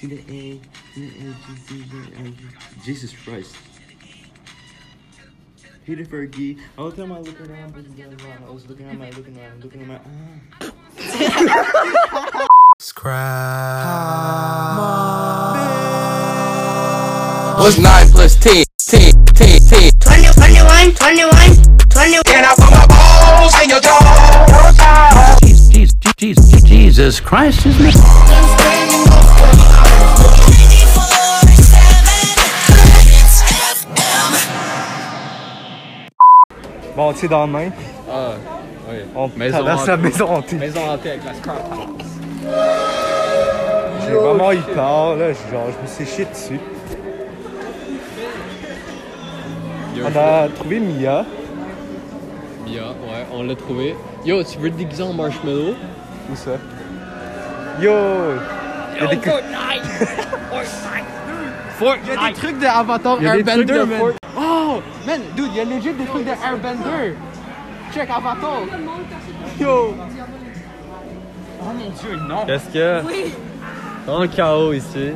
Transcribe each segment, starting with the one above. to the end, to the end, to the end. Jesus Christ. Peter Fergie. All the time I look around, looking around, I was looking at my, looking around, looking at my. Ah. What's 9 plus 10? 10, 10, 10. 20, 21, 21, 20. And I put my balls in your jaw. Jesus, Jesus, Jesus Christ is me. Bon, tu sais, dans demain, Ah, on traverse la maison hantée. Maison hantée avec la scarf. J'ai vraiment eu peur, là. j'ai- Genre, je me suis chié dessus. On a trouvé Mia. Yeah, ouais, on l'a trouvé. Yo, tu veux te déguiser en marshmallow? Où ça? Yo! Il y a des, cou- Fortnite! Il y a des trucs de Avatar Il y a des trucs de Airbender, man! Fort- Oh! Man, dude, il y a legit des trucs de Airbender! Check Avatar! Yo! Oh mon dieu, non! Qu'est-ce que. Dans le chaos ici.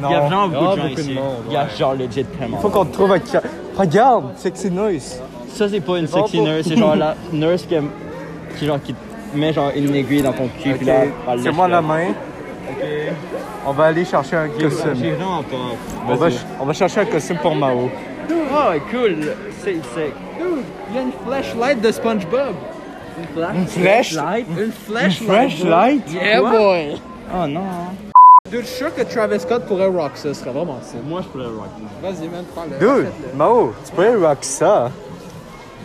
Non. beaucoup de gens ici. Il y a genre legit tellement. Faut qu'on te trouve un ca- Regarde! Sexy Noise! Ça, c'est pas une sexy nurse, c'est genre la nurse qui, qui, genre, qui te met genre une aiguille dans ton cul. Ok, puis là, elle c'est moi lèche, la main. On va aller chercher un costume. vraiment peur. On va, ch- on va chercher un costume pour là. Mao. Oh, cool! C'est sec. Dude, il y a une flashlight de SpongeBob! Une flashlight? Une flèche? Une flashlight? Flashlight? Yeah, boy! Oh non! Dude, je suis sûr que Travis Scott pourrait rock ça, ce serait vraiment ça. Moi, je pourrais rock. Vas-y, man, prends-le. Dude! Mao, tu pourrais rock ça!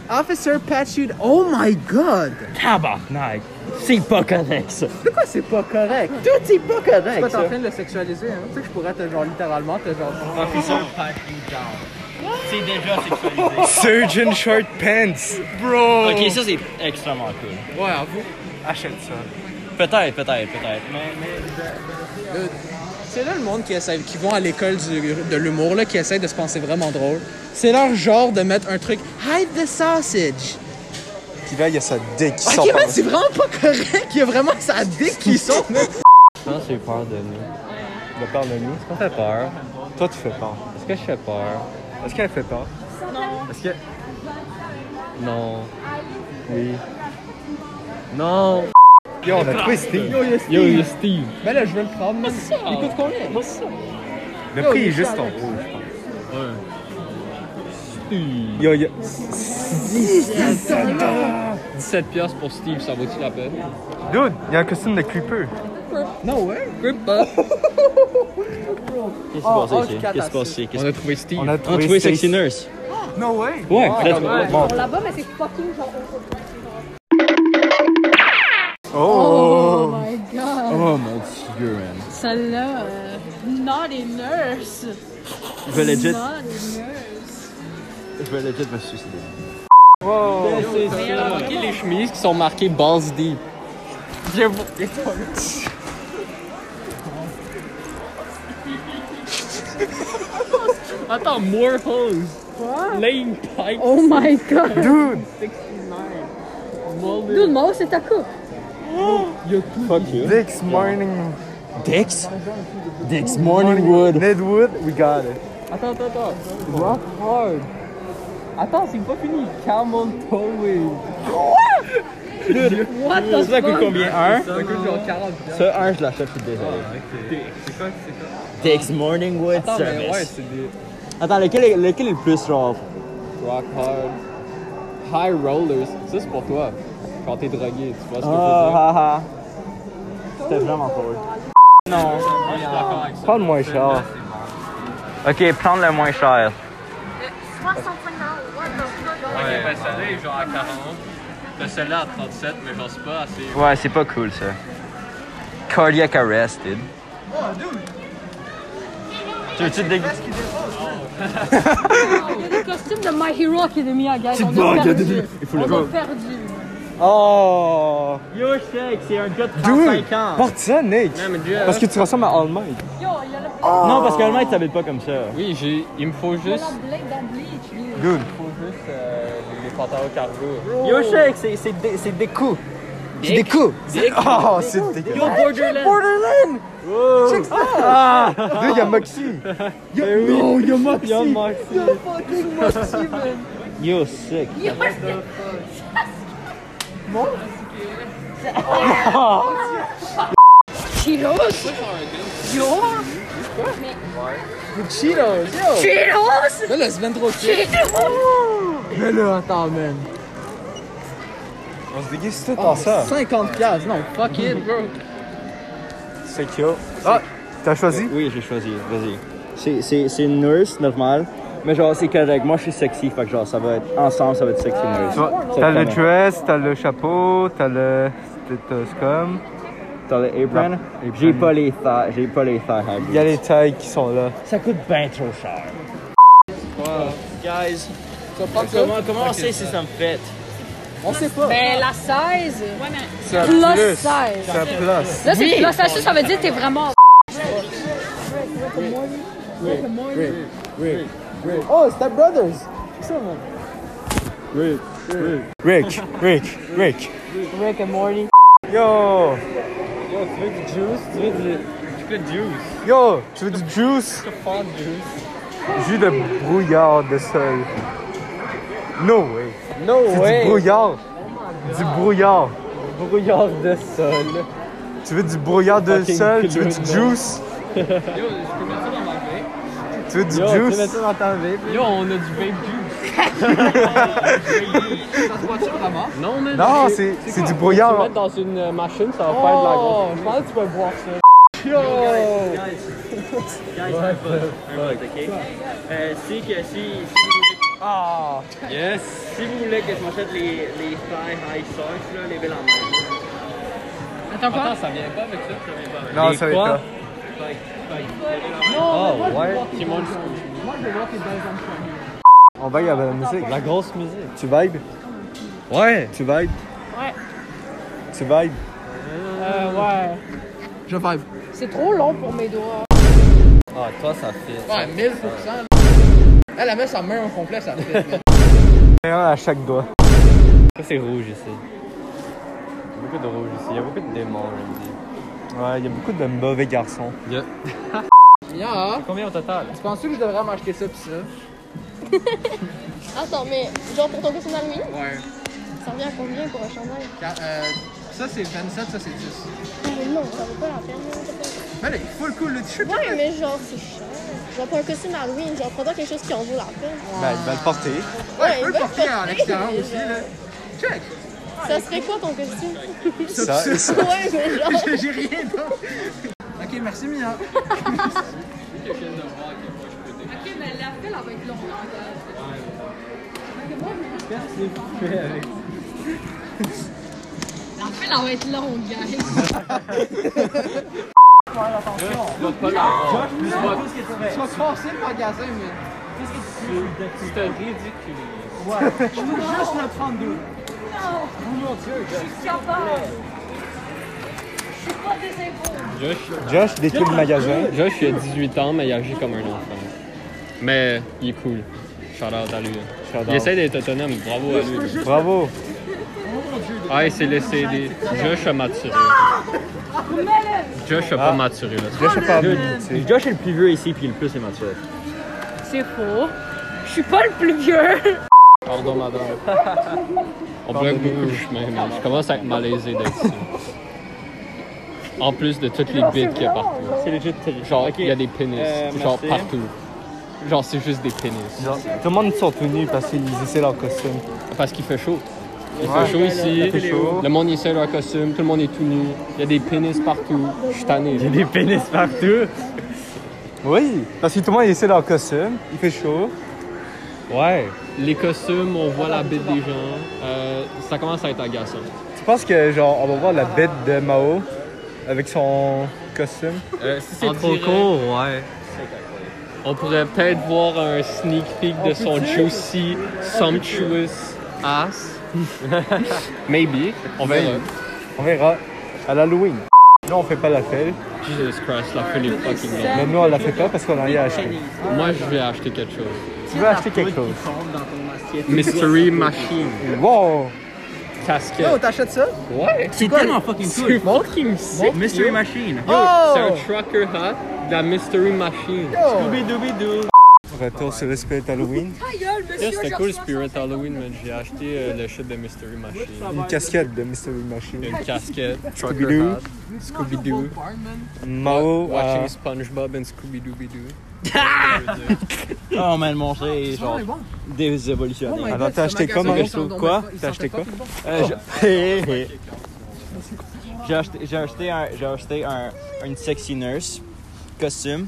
Officer Patchute, oh my god! Tabarnak! C'est pas correct ça! C'est quoi, c'est pas correct? Dude, c'est pas correct! Tu en train de le sexualiser, hein? Tu sais que je pourrais te genre littéralement te genre. C'est déjà sexualisé. Surgeon Short Pants! Bro! Ok, ça c'est extrêmement cool. Ouais, avoue. Achète ça. Peut-être, peut-être, peut-être. Mais, C'est là le monde qui essaie, qui vont à l'école du- de l'humour, là, qui essaie de se penser vraiment drôle. C'est leur genre de mettre un truc hide the sausage. Puis là, il y a sa dick qui sort Ok, par- man, c'est vraiment pas correct. Il y a vraiment sa dick qui sort. je pense que j'ai peur de nous. Le père de nous. Ça fait peur. Toi, tu fais peur. Est-ce que je fais peur? Est-ce qu'elle fait peur? Est-ce que. Non. Oui. Non! Yo, on a trouvé Steve. Yo, il y a Steve! Mais là, je veux le prendre. man. Il coûte combien? Le prix est juste en rouge. Steve! Yo, yo. 17 piastres pour Steve, ça vaut-tu la peine? Dude, il y a un costume de creeper. Non, ouais. Qu'est-ce qui se Oh, oh, passe ici? Qu'est-ce catastrophe. qui se passe ici? Qu'est-ce- On a trouvé Steve. On a On a trouvé trouvé Steve. Sexy Nurse! No way! Ouais, let's go. Bon. là-bas, mais c'est fucking genre. Oh! my god! Oh mon dieu, man. Celle-là, euh, not a nurse! Je vais legit, Not a nurse! je vais legit me suicider. C'est remarqué les chemises qui sont marquées Bands D. Attends, more hose. Lane pipe. Oh my god! Dude! Dude, moi, c'est ta coupe! Fuck you. Dick's Morning. Dex? Dex Morningwood. Ned Wood, we got it. Attends, attends, attends. Rock hard. Attends, c'est pas fini. Camel toe What the Ça coûte fuck? combien? Un? Ça coûte genre 40 piastres. Ça, un, je l'achète, je suis désolé. Dex Morningwood Attends, mais ouais, Service. c'est des Attends, lequel est, lequel est le plus genre? rock hard. High rollers. Ça, c'est pour toi. Quand t'es drogué, tu vois ce que ah ah. C'était vraiment cool. Non. Prends le moins cher. Ok, prendre le moins cher. 65 what the fuck? Ouais. Ben, celle-là est genre à 40. T'as celle-là à 37, mais j'en suis pas assez. Ouais, c'est pas cool ça. Cardiac arrested. Tu veux-tu te déguiser? Il y a des costumes de My Hero Academia, gars. On a perdu. On a perdu. Oh! Yo, check, c'est un gars de Dude! 35 ans. Porte ça, Nick! Parce euh, que tu ressembles à All Might. Yo, il y a le. Non, parce qu'Allemagne, mec t'habites pas comme ça. Oui, j'ai. Il me faut Il y a juste. la blade à bleach, lui. Dude! Il me faut juste euh, les pantalons cargo. Yo, check, c'est des coups. C'est des coups. Ah, Oh, c'est dégueulasse. Yo, Borderland. Borderland! Check ça! Ah. Dude, il y a Moxie. Yo, yo, Moxie. Yo, Moxie. Fucking Moxie, man. Yo, sick. Cheetos Yo Cheetos, yo. Cheetos Là, c'est bien trop Cheetos Mais là, attends, man. On se déguise tout en ça. 50 piastres, non, fuck it, bro. C'est yo. Ah, t'as choisi? Oui, j'ai choisi. Vas-y. C'est- C'est c'est une nurse, normal. Mais genre, c'est correct. Moi, je suis sexy. Fait que genre, ça va être ensemble, ça va être sexy nurse. Ah. T'as le dress, t'as le chapeau, t'as le stéthoscope. T'as le Ah. apron. J'ai pas les thigh. J'ai pas les thigh high Il y a les tailles qui sont là. Ça coûte bien trop cher. Guys, comment, comment on sait si ça me fait? On sait pas. Ben la 16 C'est un Plus 16 C'est un plus. Là, c'est plus ça, ça veut dire que t'es vraiment. Oh, Step Brothers. Rick, Rick, Rick. Rick and Morty. Yo, yo, tu veux du juice? Jus de brouillard de sol. No way. No C'est du brouillard. Du brouillard. Brouillard de sol. Tu veux du brouillard de Fucking sol? Tu veux du clown, juice? Tu veux du juice? dans ta vape. Yo, on a du vape juice. Non, mais Non, c'est c'est du brouillard. dans une euh, machine, ça va faire de la grosse. Oh, je pensais que tu pouvais boire ça. Euh, c'est que si. Yes! Si vous voulez que je m'achète les, les thigh high socks, là, les belles en main. Attends quoi Ça vient pas avec ça, ça vient pas avec Non, ça va être là. Oh, ça. C'est mon On vibe avec la musique. La grosse musique. Tu vibes? Ouais. Tu vibes? Ouais. Tu vibes? Je vibe. C'est trop long pour mes doigts. Ah, toi, ça fait. Ouais, 1000%. Elle, la met sa main au complet, ça fait. Et un à chaque doigt. Ça, c'est rouge ici. Il y a beaucoup de rouge ici. Il y a beaucoup de démons, je me dis. Ouais, il y a beaucoup de mauvais garçons. Yeah. Combien au total? Tu penses que je devrais m'acheter ça pis ça? Attends, mais genre pour ton costume d'Halloween, Ouais. euh, ça revient à combien pour un chandail ça c'est 27, ça c'est 10. Mais non, ça vaut pas la peine. là. Mais là, il faut le cool, le t-shirt. Ouais, mais genre c'est cher. Genre pour un costume Halloween, genre prends-toi quelque chose qui en vaut la peine. Ben, il va le porter. Ouais, tu peux ils le veulent porter à porter. l'extérieur aussi, là. Check! Ça serait quoi ton costume Ça, ça. Ouais, mais genre. J'ai rien d'autre. Ok, merci Mia. Ok, mais l'appel va être hein, long. L'appel elle va être longue, guys. Tu vas passer le magasin, mais. C'est ridicule. Juste le 32. Je suis pas des impôts. Josh, Josh détruit le magasin. Josh, il a 18 ans, mais il agit comme un enfant. Mais il est cool. Shout out à lui. Shout-out. Il essaie d'être autonome. Bravo à lui. Bravo. Ah, il s'est laissé aider. Josh a maturé. Josh a pas maturé là. Ah. Josh est pas abouti. Josh est le plus vieux ici, puis le plus est mature. C'est faux. Je suis pas le plus vieux. Pardon, madame. On bloque beaucoup le chemin, mais je commence à être malaisé d'être ici. En plus de toutes les bites qu'il y a partout. C'est legit terrible. Genre, il y a des pénis. Euh, genre, merci. partout. Genre, c'est juste des pénis. Genre, Tout le monde sont tout nus parce qu'ils essaient leur costume. Parce qu'il fait chaud. Il Ouais. fait chaud ici. Il fait chaud. Le monde essaie leur costume. Tout le monde est tout nu. Il y a des pénis partout. Je suis tanné. Il y a des pénis partout. Oui, parce que tout le monde essaie leur costume. Il fait chaud. Ouais. Les costumes, on voit la bite des gens. Euh, ça commence à être agaçant. Tu penses que, genre, on va voir la bête de Mao avec son costume? Euh, si c'est ouais. On pourrait peut-être voir un sneak peek de son juicy, sumptuous ass. Maybe. On verra. On verra à l'Halloween. Là, on fait pas la fête, Jesus Christ, la folie fucking longue. mais nous, on la fait pas parce qu'on a rien acheté. Moi, je vais acheter quelque chose. Tu veux acheter quelque chose? Oh, Mystery Machine. Wow! casquette. Yo, t'achètes ça? ouais. C'est quoi, le- cool. fucking C'est fucking sick. Mystery yo. Machine. Yo, Oh! c'est un trucker hat de la Mystery Machine. Yo! Retour sur le spirit Halloween. Ta gueule, monsieur, Yeah, C'était j'ai cool reçu un Spirit Halloween, man. J'ai acheté euh, le shit de Mystery Machine. Une casquette de Mystery Machine. Une casquette, trucker Scooby-Doo. hat, Scooby-Doo. Mao euh, Watching a- SpongeBob and Scooby-Dooby-Doo. Oh man, mon chat est genre Ah, Ouais, Ah, bon. Oh désévolutionné. my Alors, God, t'as ce acheté magasin, quoi, Mario? ils sont- Quoi? ils sont T'as acheté quoi? fucking bons. Euh, Oh. je- Hé, hé, hé. J'ai acheté, j'ai acheté, un, j'ai acheté un, une sexy nurse costume.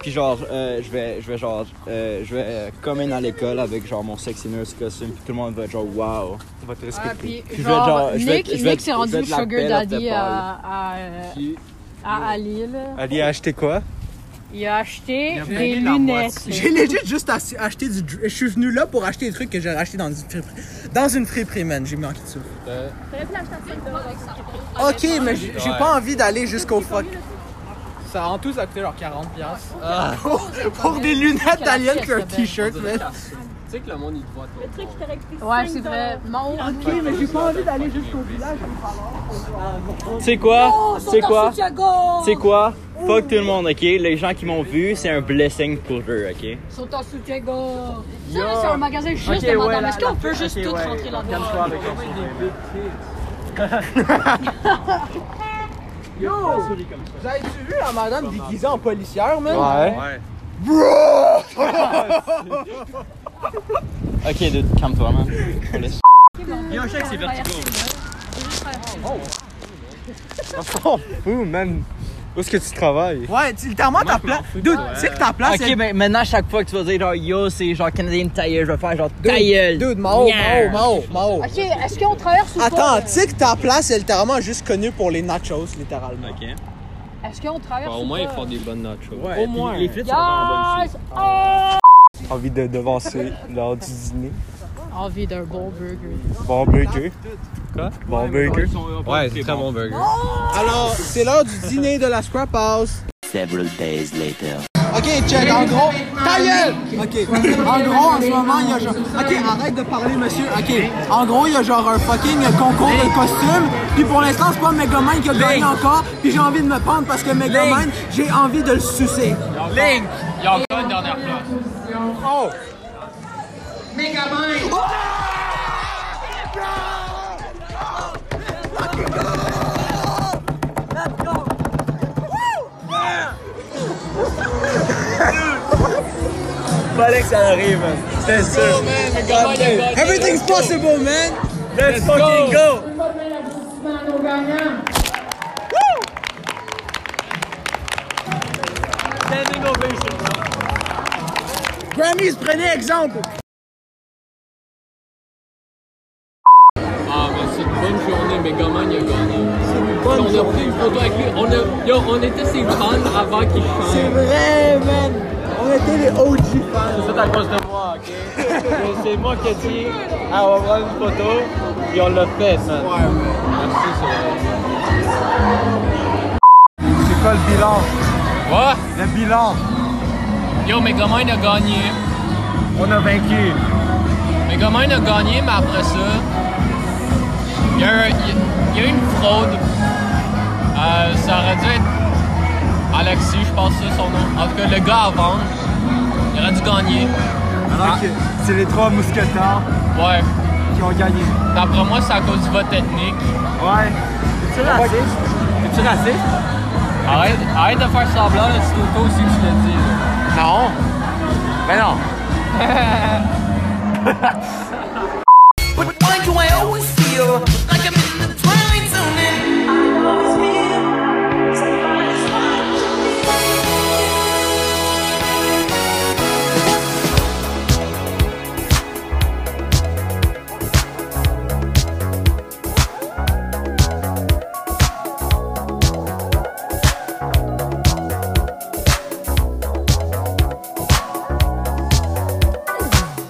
Puis genre, euh, je vais, je vais genre, euh, je vais euh, coming à l'école avec genre mon sexy nurse costume. Puis tout le monde va être genre wow. On va te Ah, respecter. puis, Puis je vais genre, genre- je vais- Nick, je vais- Nick je s'est vais rendu être la sugar belle of the daddy ball. à, à, euh, Qui- à, à Lille. Ali a acheté quoi? Il a acheté a des payé la lunettes. J'ai legit juste assi- acheté du. dr- Je suis venu là pour acheter des trucs que j'ai racheté dans une friperie. Dans une friperie, man. J'ai manqué de souffle. T'aurais pu l'acheter à 5 avec ça. Ok, mais j'ai j'ai pas envie d'aller jusqu'au fuck. Ça en tout, ça a coûté genre 40 piastres. pour, pour des lunettes d'alien puis un t-shirt, man. Tu sais que le monde, il te voit trop. Le truc qui t'aurait coûté Ouais, 5 c'est vrai. Mon Ok, mais j'ai pas envie d'aller jusqu'au village. C'est Oh, quoi? C'est quoi? Santiago! C'est quoi? Fuck tout le monde, ok? Les gens qui m'ont vu, c'est un blessing pour eux, ok? Sont en Santiago! Ça, là, c'est un magasin juste de madame. Est-ce qu'on peut juste tout rentrer là-dedans? Vous avez-tu vu la madame déguisée en policière, man? Ouais. Ok, dude, calme-toi, man. hein. Ouh, Oh. man. Où est-ce que tu travailles? Ouais, tu- littéralement, ta place. Dude, tu sais que ta place. Ok, elle- ben maintenant, chaque fois que tu vas dire genre yo, c'est genre Canadian Tire, je vais faire genre ta gueule. Dude, Mao, Yeah. Mao, Mao, Mao. Ok, est-ce qu'on traverse ou pas? Attends, tu sais que ta place est littéralement juste connue pour les nachos, littéralement. Est-ce qu'on traverse Bah, au ou moins, ils pas? font des bonnes nachos. Au moins. Les frites sont vraiment bonnes. Yes! Oh! Envie de devancer l'heure du dîner. Envie d'un bon burger. Bon burger. Quoi? Bon burger. Ouais, c'est très bon burger. Alors, c'est l'heure du dîner de la Scrap House. Several days later. Ok, check, en gros. Ta gueule! Ok. En gros, en ce moment, il y a genre. Ok, arrête de parler, monsieur. Ok. En gros, il y a genre un fucking concours de costumes. Puis pour l'instant, c'est pas Megaman qui a gagné encore. Puis j'ai envie de me prendre parce que Megaman, j'ai envie de le sucer. Il y a encore une dernière place. Fallait que ça arrive, man. C'était sûr. Everything's possible, man! Let's fucking go! Grammys, prenez exemple! Ah, mais c'est une bonne journée, Megaman, il a gagné. On a pris une photo avec lui. On, a, yo, on était ses fans avant qu'il C'est chante. vrai, man! On était les OG fans. C'est à cause de moi, ok? c'est moi qui ai dit, Ah, on va prendre une photo, et on l'a fait, ça. merci, c'est vrai. C'est quoi le bilan? Ouais! Le bilan. Yo, Megaman a gagné. On a vaincu. Megaman a gagné, mais après ça, il y a, eu- il y a eu une fraude. Euh, ça aurait dû être Alexis, je pense que c'est son nom. En tout cas, le gars avant, il aurait dû gagner. Alors que Ah, c'est les trois mousquetaires Ouais. qui ont gagné. D'après moi, c'est à cause du vote ethnique. Ouais. C'est raciste? Es-tu raciste? Arrête, arrête de faire semblant, là, c'est toi aussi que tu le dis. Non. Mais non. But one do I always feel